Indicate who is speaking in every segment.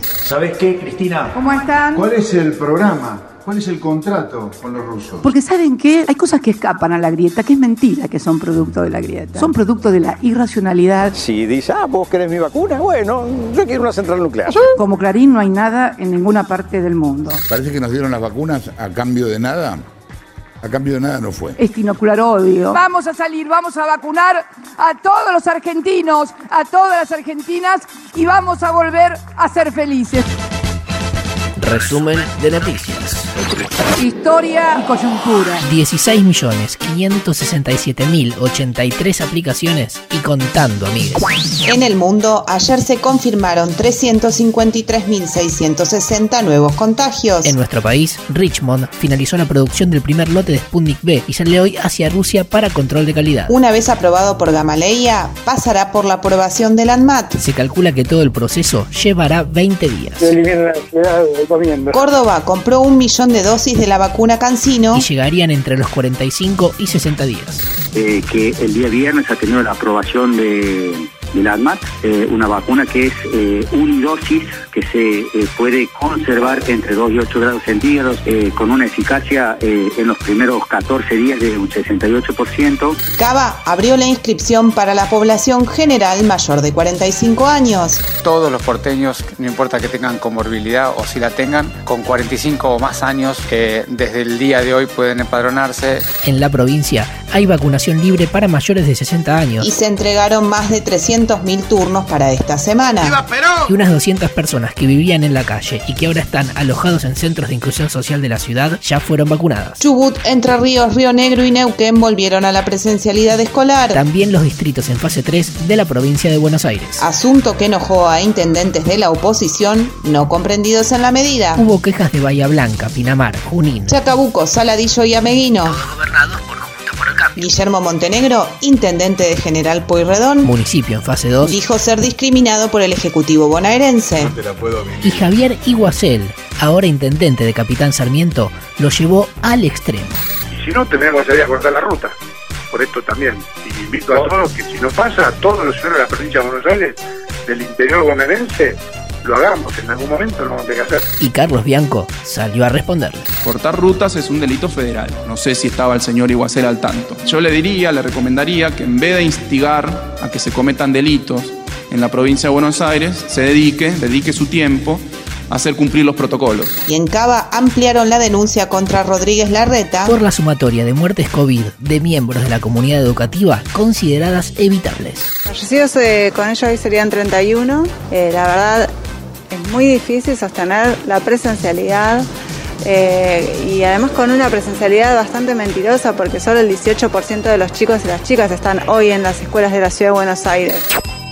Speaker 1: ¿Sabes qué, Cristina?
Speaker 2: ¿Cómo están?
Speaker 3: ¿Cuál es el programa? ¿Cuál es el contrato con los rusos?
Speaker 2: Porque saben que hay cosas que escapan a la grieta, que es mentira que son producto de la grieta. Son producto de la irracionalidad.
Speaker 4: Si dice, ah, vos querés mi vacuna, bueno, yo quiero una central nuclear.
Speaker 2: Como Clarín no hay nada en ninguna parte del mundo.
Speaker 5: Parece que nos dieron las vacunas a cambio de nada. A cambio de nada no fue.
Speaker 2: Es inocular odio.
Speaker 6: Vamos a salir, vamos a vacunar a todos los argentinos, a todas las argentinas y vamos a volver a ser felices.
Speaker 7: Resumen de noticias.
Speaker 6: Historia y coyuntura.
Speaker 7: 16.567.083 aplicaciones y contando, amigos.
Speaker 8: En el mundo, ayer se confirmaron 353.660 nuevos contagios.
Speaker 7: En nuestro país, Richmond finalizó la producción del primer lote de Sputnik B y sale hoy hacia Rusia para control de calidad.
Speaker 8: Una vez aprobado por Gamaleya, pasará por la aprobación del ANMAT.
Speaker 7: Se calcula que todo el proceso llevará 20 días.
Speaker 8: Córdoba compró un millón de dosis de la vacuna Cancino
Speaker 7: Y llegarían entre los 45 y 60 días.
Speaker 9: eh, que el día viernes ha tenido la aprobación de, del ADMAT, eh, una vacuna que es eh, unidosis, que se eh, puede conservar entre 2 y 8 grados centígrados, eh, con una eficacia eh, en los primeros 14 días de un 68%.
Speaker 8: Cava abrió la inscripción para la población general mayor de 45 años.
Speaker 10: Todos los porteños, no importa que tengan comorbilidad o si la tengan, con 45 o más años, eh, desde el día de hoy pueden empadronarse.
Speaker 7: En la provincia hay vacunación libre para mayores de 60 años.
Speaker 8: Y se entregaron más de 300.000 turnos para esta semana.
Speaker 7: Y unas 200 personas que vivían en la calle y que ahora están alojados en centros de inclusión social de la ciudad ya fueron vacunadas.
Speaker 8: Chubut, Entre Ríos, Río Negro y Neuquén volvieron a la presencialidad escolar.
Speaker 7: También los distritos en fase 3 de la provincia de Buenos Aires.
Speaker 8: Asunto que enojó a intendentes de la oposición no comprendidos en la medida.
Speaker 7: Hubo quejas de Bahía Blanca, Pinamar, Junín.
Speaker 8: Chacabuco, Saladillo y Ameguino.
Speaker 7: gobernados por Juntos por el Cambio.
Speaker 8: Guillermo Montenegro, intendente de General Pueyrredón,
Speaker 7: Municipio en fase 2.
Speaker 8: dijo ser discriminado por el Ejecutivo bonaerense.
Speaker 7: Y Javier Iguacel, ahora intendente de Capitán Sarmiento, lo llevó al extremo.
Speaker 11: Y si no, tenemos que cortar la ruta. Por esto también y invito
Speaker 5: Oh.
Speaker 11: a todos que si nos pasa a todos los ciudadanos de la provincia de Buenos Aires, del interior bonaerense, lo hagamos. En algún momento lo vamos a tener que hacer.
Speaker 7: Y Carlos Bianco salió a responderle.
Speaker 12: Cortar rutas es un delito federal. No sé si estaba el señor Iguacel al tanto. Yo le diría, le recomendaría que en vez de instigar a que se cometan delitos en la provincia de Buenos Aires, se dedique, dedique su tiempo a hacer cumplir los protocolos.
Speaker 8: Y en Cava ampliaron la denuncia contra Rodríguez Larreta
Speaker 7: Por la sumatoria de muertes COVID de miembros de la comunidad educativa consideradas evitables.
Speaker 13: Fallecidos eh, con ellos hoy serían 31. Eh, la verdad es muy difícil sostener la presencialidad eh, y además con una presencialidad bastante mentirosa porque solo el 18% de los chicos y las chicas están hoy en las escuelas de la Ciudad de Buenos Aires.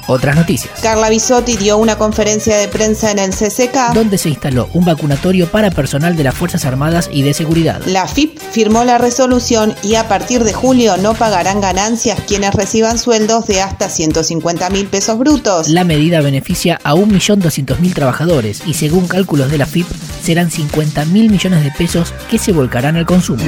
Speaker 7: Otras noticias.
Speaker 8: Carla Bisotti dio una conferencia de prensa en el CCK.
Speaker 7: Donde se instaló un vacunatorio para personal de las Fuerzas Armadas y de Seguridad.
Speaker 8: La FIP firmó la resolución y a partir de julio no pagarán ganancias quienes reciban sueldos de hasta 150 mil pesos brutos.
Speaker 7: La medida beneficia a 1.200.000 trabajadores y según cálculos de la FIP serán 50.000 millones de pesos que se volcarán al consumo.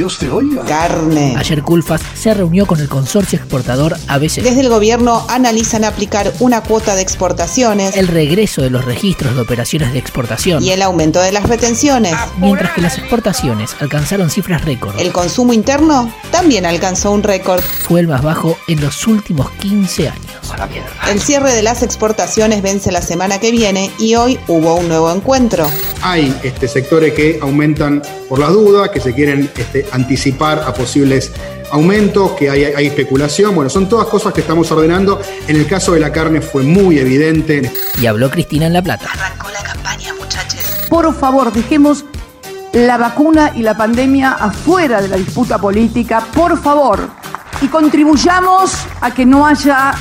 Speaker 8: Carne.
Speaker 7: Ayer Culfas se reunió con el consorcio exportador ABC.
Speaker 8: Desde el gobierno analizan aplicar una cuota de exportaciones
Speaker 7: El regreso de los registros de operaciones de exportación,
Speaker 8: y el aumento de las retenciones.
Speaker 7: mientras que las exportaciones alcanzaron cifras récord,
Speaker 8: El consumo interno también alcanzó un récord.
Speaker 7: fue el más bajo en los últimos 15 años.
Speaker 8: El cierre de las exportaciones vence la semana que viene y hoy hubo un nuevo encuentro.
Speaker 14: Hay este, sectores que aumentan por las dudas, que se quieren este, anticipar a posibles aumentos, que hay, hay especulación. Bueno, son todas cosas que estamos ordenando. En el caso de la carne fue muy evidente.
Speaker 7: Y habló Cristina en La Plata.
Speaker 8: Arrancó la campaña, muchachos.
Speaker 2: Por favor, dejemos la vacuna y la pandemia afuera de la disputa política, por favor. Y contribuyamos a que no haya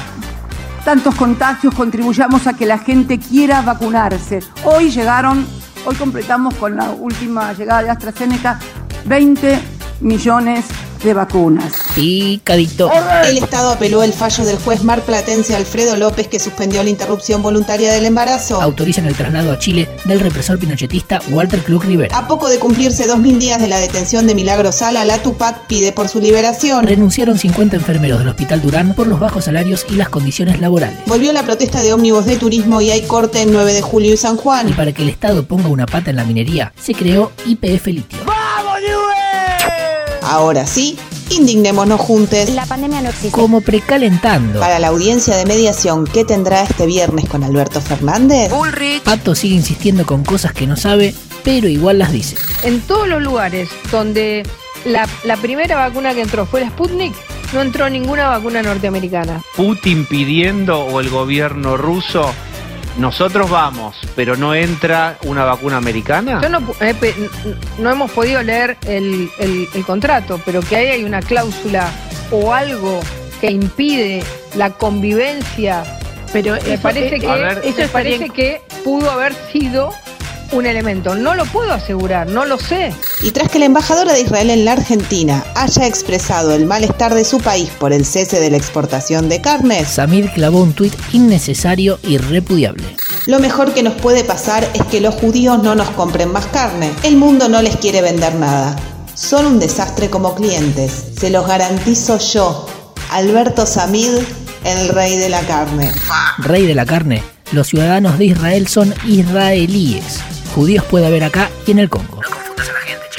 Speaker 2: tantos contagios, contribuyamos a que la gente quiera vacunarse. Hoy llegaron, hoy completamos con la última llegada de AstraZeneca 20 millones de vacunas.
Speaker 7: Picadito.
Speaker 8: El Estado apeló el fallo del juez marplatense Alfredo López que suspendió la interrupción voluntaria del embarazo.
Speaker 7: Autorizan el traslado a Chile del represor pinochetista Walter Club Rivera.
Speaker 8: A poco de cumplirse dos mil días de la detención de Milagro Sala, la Tupac pide por su liberación.
Speaker 7: Renunciaron 50 enfermeros del Hospital Durán por los bajos salarios y las condiciones laborales.
Speaker 8: Volvió la protesta de ómnibus de turismo y hay corte en 9 de julio y San
Speaker 7: Y
Speaker 8: Juan.
Speaker 7: para que el Estado ponga una pata en la minería, se creó IPF Litio.
Speaker 8: Ahora sí, indignémonos juntos. La
Speaker 1: pandemia no existe.
Speaker 7: Como precalentando,
Speaker 8: Para la audiencia de mediación que tendrá este viernes con Alberto Fernández,
Speaker 7: Pato sigue insistiendo con cosas que no sabe, pero igual las dice.
Speaker 15: En todos los lugares donde la, la primera vacuna que entró fue la Sputnik, no entró ninguna vacuna norteamericana.
Speaker 16: Putin pidiendo o el gobierno ruso, nosotros vamos, pero no entra una vacuna americana.
Speaker 15: Yo no, pu- he Eh, pe- n- no hemos podido leer el, el- el contrato, pero que ahí hay una cláusula o algo que impide la convivencia. Pero me
Speaker 17: eso-
Speaker 15: parece
Speaker 17: eh,
Speaker 15: que
Speaker 17: a ver,
Speaker 15: me
Speaker 17: eso estaría
Speaker 15: parece
Speaker 17: en-
Speaker 15: que pudo haber sido un elemento. No lo puedo asegurar, no lo sé.
Speaker 8: y tras que la embajadora de Israel en la Argentina haya expresado el malestar de su país por el cese de la exportación de carnes,
Speaker 7: Samir clavó un tuit innecesario y repudiable.
Speaker 8: lo mejor que nos puede pasar es que los judíos no nos compren más carne. El mundo no les quiere vender nada. Son un desastre como clientes. Se los garantizo yo, Alberto Samid, el rey de la carne.
Speaker 7: Rey de la carne, los ciudadanos de Israel son israelíes. Judíos puede haber acá y en el Congo.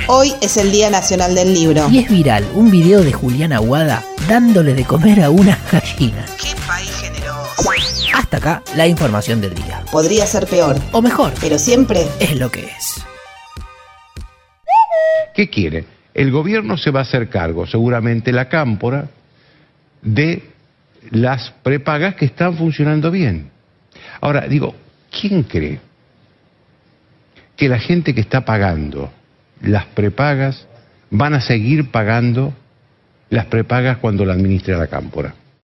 Speaker 8: Hoy es el Día Nacional del Libro.
Speaker 7: Y es viral un video de Julián Aguada dándole de comer a una gallina. Hasta acá la información del día.
Speaker 8: Podría ser peor.
Speaker 7: O mejor.
Speaker 8: Pero siempre
Speaker 7: es lo que es.
Speaker 18: ¿Qué quiere? El gobierno se va a hacer cargo, seguramente la cámpora, de las prepagas que están funcionando bien. Ahora, digo, ¿quién cree que la gente que está pagando las prepagas van a seguir pagando las prepagas cuando la administre la cámpora?